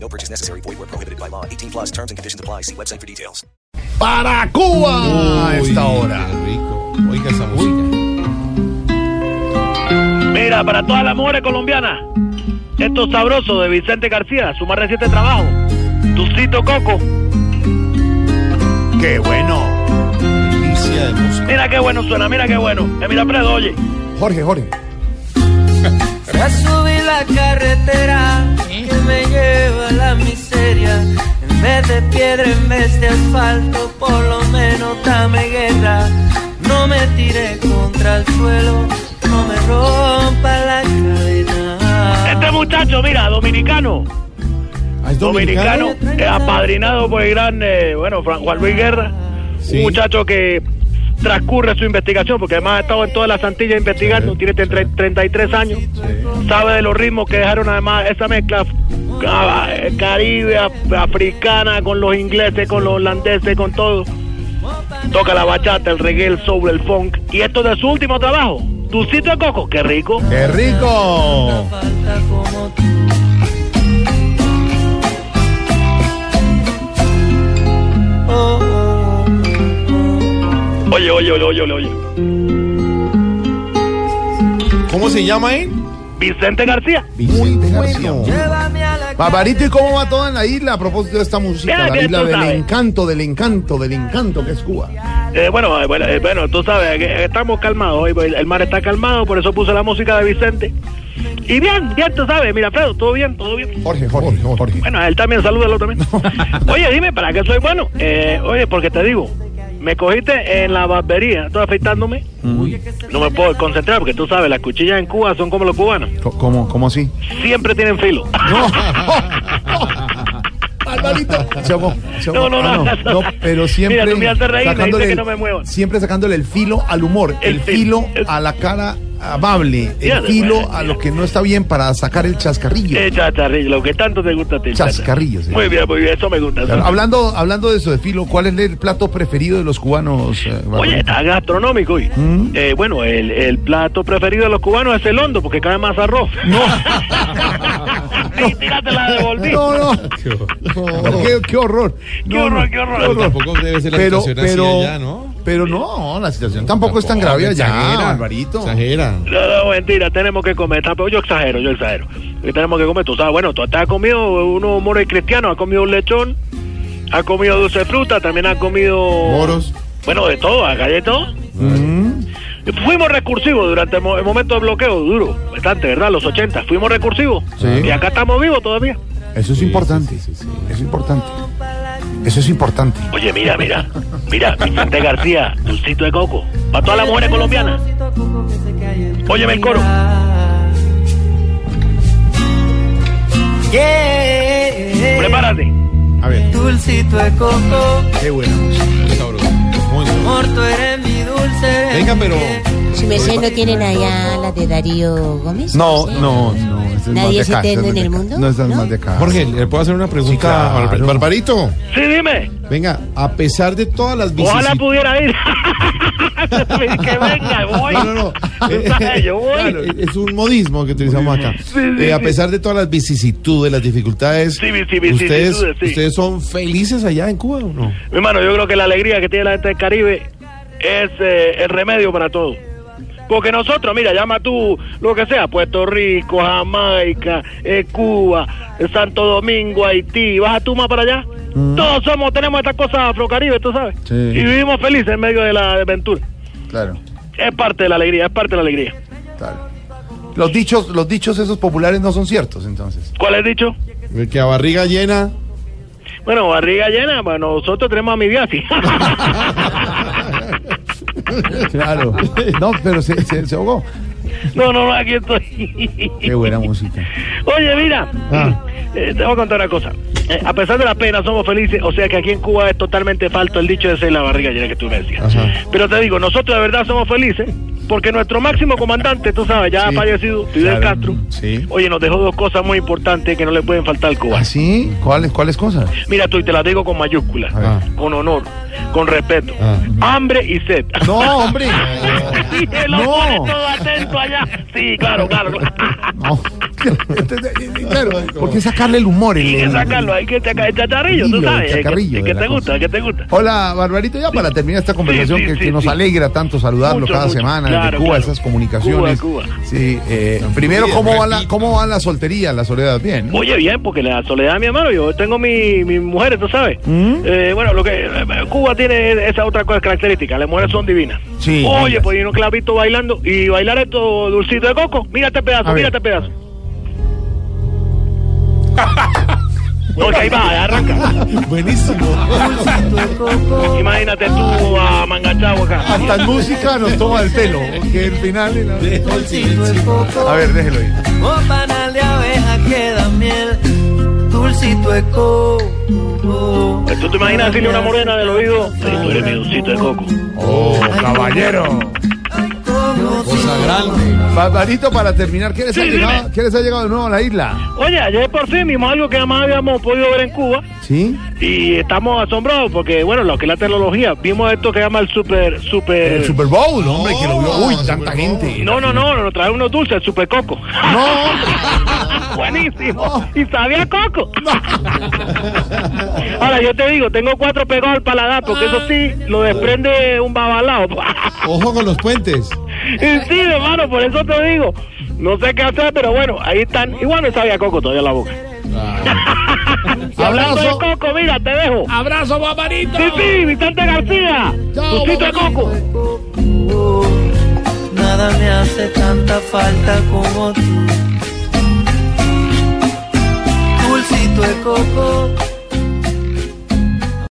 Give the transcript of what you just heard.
No purchase necessary. Void where prohibited by law. 18 plus terms and conditions apply. See website for details. para Cuba a esta hora. Oiga esa música. Mira, para todas las mujeres colombianas, esto sabroso de Vicente García, su más reciente trabajo, Tucito Coco. Qué bueno. Delicia de música. Mira qué bueno suena, mira qué bueno. Eh, mira, Fredo, oye. Jorge, Jorge. Ya subí la carretera que me lleva a la miseria. En vez de piedra, en vez de asfalto, por lo menos dame guerra. No me tiré contra el suelo, no me rompa la cadena. Este muchacho, mira, dominicano. Ah, ¿Es Dominicano, dominicano? eh, apadrinado por el gran, eh, bueno, Fran- Juan Luis Guerra. Sí. Un muchacho que transcurre su investigación, porque además ha estado en todas las Antillas investigando, tiene tre- 33 años. sabe de los ritmos que dejaron además esa mezcla ca- eh, caribe, af- africana, con los ingleses, con los holandeses, con todo. Toca la bachata, el reggae, el soul, el funk. Y esto de su último trabajo, Tucito de Coco, qué rico. ¡Qué rico! Falta como tú. Oh, oh, Oye, oye, oye, oye, oye, oye. ¿Cómo se llama él? Vicente García. Muy bueno. oh. Llévame a la Barbarito, ¿y cómo va toda la isla a propósito de esta música? Bien, La bien, isla tú del sabes. encanto, del encanto, del encanto que es Cuba. Eh, bueno, eh, bueno, eh, bueno, tú sabes, que estamos calmados hoy, pues, el el mar está calmado, por eso puse la música de Vicente. Y bien, bien, tú sabes, mira, Fredo, todo bien, todo bien. Jorge, Jorge, Jorge. Bueno, él también, salúdalo también. Oye, dime, ¿para qué soy bueno? Eh, oye, porque te digo, me cogiste en la barbería, estoy afeitándome. No me puedo concentrar porque tú sabes, las cuchillas en Cuba son como los cubanos. ¿Cómo, cómo así? Siempre tienen filo. Barbarito. Se ahogó, se No, ahogó. no, Ah, no, no. no, Pero siempre. Mira, tú me haces reír, me sacándole dices que el- no me mueva. Siempre sacándole el filo al humor, el, El filo filo, el- a la cara amable, Ya, el filo bueno, a ya. lo que no está bien para sacar el chascarrillo. Eh, chascarrillo, lo que tanto te gusta a ti. Chascarrillo, sí. Muy bien, muy bien, eso me gusta. eso. Claro, hablando, hablando de eso de filo, ¿cuál es el plato preferido de los cubanos? eh, Oye, ah, Barbarito? está gastronómico hoy. Mm. Eh, bueno, el, el plato preferido de los cubanos es el hondo porque cae más arroz. No. sí, tírate la devolví. no, no. No, qué, qué horror. Qué No, horror, no. qué Pero horror. tampoco debe ser la Pero, situación así pero, allá, ¿no? pero no, la situación tampoco es tan grave allá, Exagera, Barbarito. Exagera. No, no, mentira, tenemos que comer. Está- pues, Yo exagero, yo exagero. Y tenemos que comer. Tú sabes, bueno, tú has comido unos moros cristianos, ha comido un lechón, ha comido dulce de fruta, también ha comido. Moros. Bueno, de todo, acá hay de todo. Mm. Fuimos recursivos durante el mo- el momento de bloqueo, duro, bastante, ¿verdad? Los 80, fuimos recursivos. Sí. Y acá estamos vivos todavía. Eso es importante. Es importante. Eso es importante. Oye, mira, mira, mira, Vicente García, dulcito de coco. Para todas las mujeres colombianas. Óyeme el coro. Yeah. Prepárate. A ver, Dulcito de coco, Qué bueno. muy sabroso. Muy sabroso. amor, tú eres mi dulce. Venga, pero. Su merced no tienen allá la de Darío Gómez. No, ¿Sí? no, no. este es ¿Nadie más de es acá, eterno este es en de el acá. mundo? No, este es ¿No? más de acá. Jorge, ¿le puedo hacer una pregunta? Sí, claro. a Barbar- Barbarito, Sí, dime. venga, a pesar de todas las Ojalá vicisitudes. pudiera ir. que venga, voy. No, no, no. Eh, Tú sabes, yo voy. claro, es un modismo que utilizamos acá. sí, Eh, a sí. pesar de todas las vicisitudes, las dificultades, Sí, vicisitudes, ustedes, sí. ustedes son felices allá en Cuba o no? Mi hermano, yo creo que la alegría que tiene la gente del Caribe es eh, el remedio para todo. Porque nosotros, mira, llama tú lo que sea, Puerto Rico, Jamaica, eh, Cuba, eh, Santo Domingo, Haití, baja tú más para allá. Todos somos, tenemos estas cosas afrocaribe, tú sabes. Sí. Y vivimos felices en medio de la aventura. Claro, Es parte de la alegría, es parte de la alegría. claro. Los dichos, los dichos esos populares no son ciertos, entonces. ¿Cuál es dicho? El Que a barriga llena. Bueno, barriga llena, bueno, nosotros tenemos a mi viaje. Claro. No, pero se, se, se ahogó. no, no, no, aquí estoy. Qué buena música. Oye, mira, Ah. eh, te voy a contar una cosa. Eh, a pesar de la pena, somos felices. O sea que aquí en Cuba es totalmente falto el dicho de ser la barriga llena que tú me decías. Ajá. Pero te digo, nosotros de verdad somos felices porque nuestro máximo comandante, tú sabes, ya ha Sí. fallecido, Fidel Claro, Castro. sí. Oye, nos dejó dos cosas muy importantes que no le pueden faltar al cubano. ¿Ah, sí? ¿Cuáles, cuáles cosas? Mira tú, y te las digo con mayúsculas, A ver. con honor, con respeto. Ah. Hambre y sed. No, hombre. Y te lo No. pone todo atento allá. Sí, claro, claro. No. claro, porque sacarle el humor. Hay El, que el- sacarlo, hay que sacar el chatarrillo, Hilo, el tú sabes. El que, chacarrillo el de que la te cosa. gusta, el que te gusta. Hola, Barbarito, ya para terminar esta conversación Sí, sí, que, que sí, nos sí. alegra tanto saludarlo Mucho, cada mucho. semana Claro, desde Cuba, claro. esas comunicaciones. Cuba, Cuba. Sí, eh, primero, ¿cómo va, la, ¿cómo va la soltería, la soledad? Bien. Oye, bien, porque la soledad, mi hermano, yo tengo mi, mis mujeres, tú sabes. Mm. Eh, bueno, lo que eh, Cuba tiene esa otra cosa característica, las mujeres son divinas. Sí, Oye, divinas. pues y unos clavitos bailando y bailar esto dulcito de coco. Mira este pedazo, A mira ver. este pedazo. Porque ahí va, arranca. Buenísimo. Imagínate tú a Mangachagua acá. Hasta en música nos toma el pelo. Que el final. A ver, déjelo ir. O panal de abeja que da miel, dulcito de coco. ¿Tú te imaginas decirle a una morena del oído? "Sí, Tú eres mi dulcito de coco. Oh, caballero. Como si Barbarito, para terminar, ¿quiénes, Sí, ha llegado, dime. ¿quiénes ha llegado de nuevo a la isla? Oye, ayer por fin vimos algo que jamás habíamos podido ver en Cuba. ¿Sí? Y estamos asombrados porque, bueno, lo que es la tecnología, vimos esto que llama el super, El super... Super Bowl, hombre, que lo vio. Uy, tanta gente. No, no, no, nos trae unos dulces, el super coco. No. Buenísimo. Y sabía a coco. Ahora, yo te digo, tengo cuatro pegados al paladar porque eso sí lo desprende un babalao. Ojo con los puentes. Y sí, hermano, por eso te digo. No sé qué hacer, pero bueno, ahí están. Igual me sabía a coco todavía en la boca. Y hablando de Ah. Abrazo. coco, mira, te dejo. Abrazo, paparito. Sí, sí, Vicente García. Chao, Dulcito de coco. coco. Nada me hace tanta falta como tú. Dulcito de coco.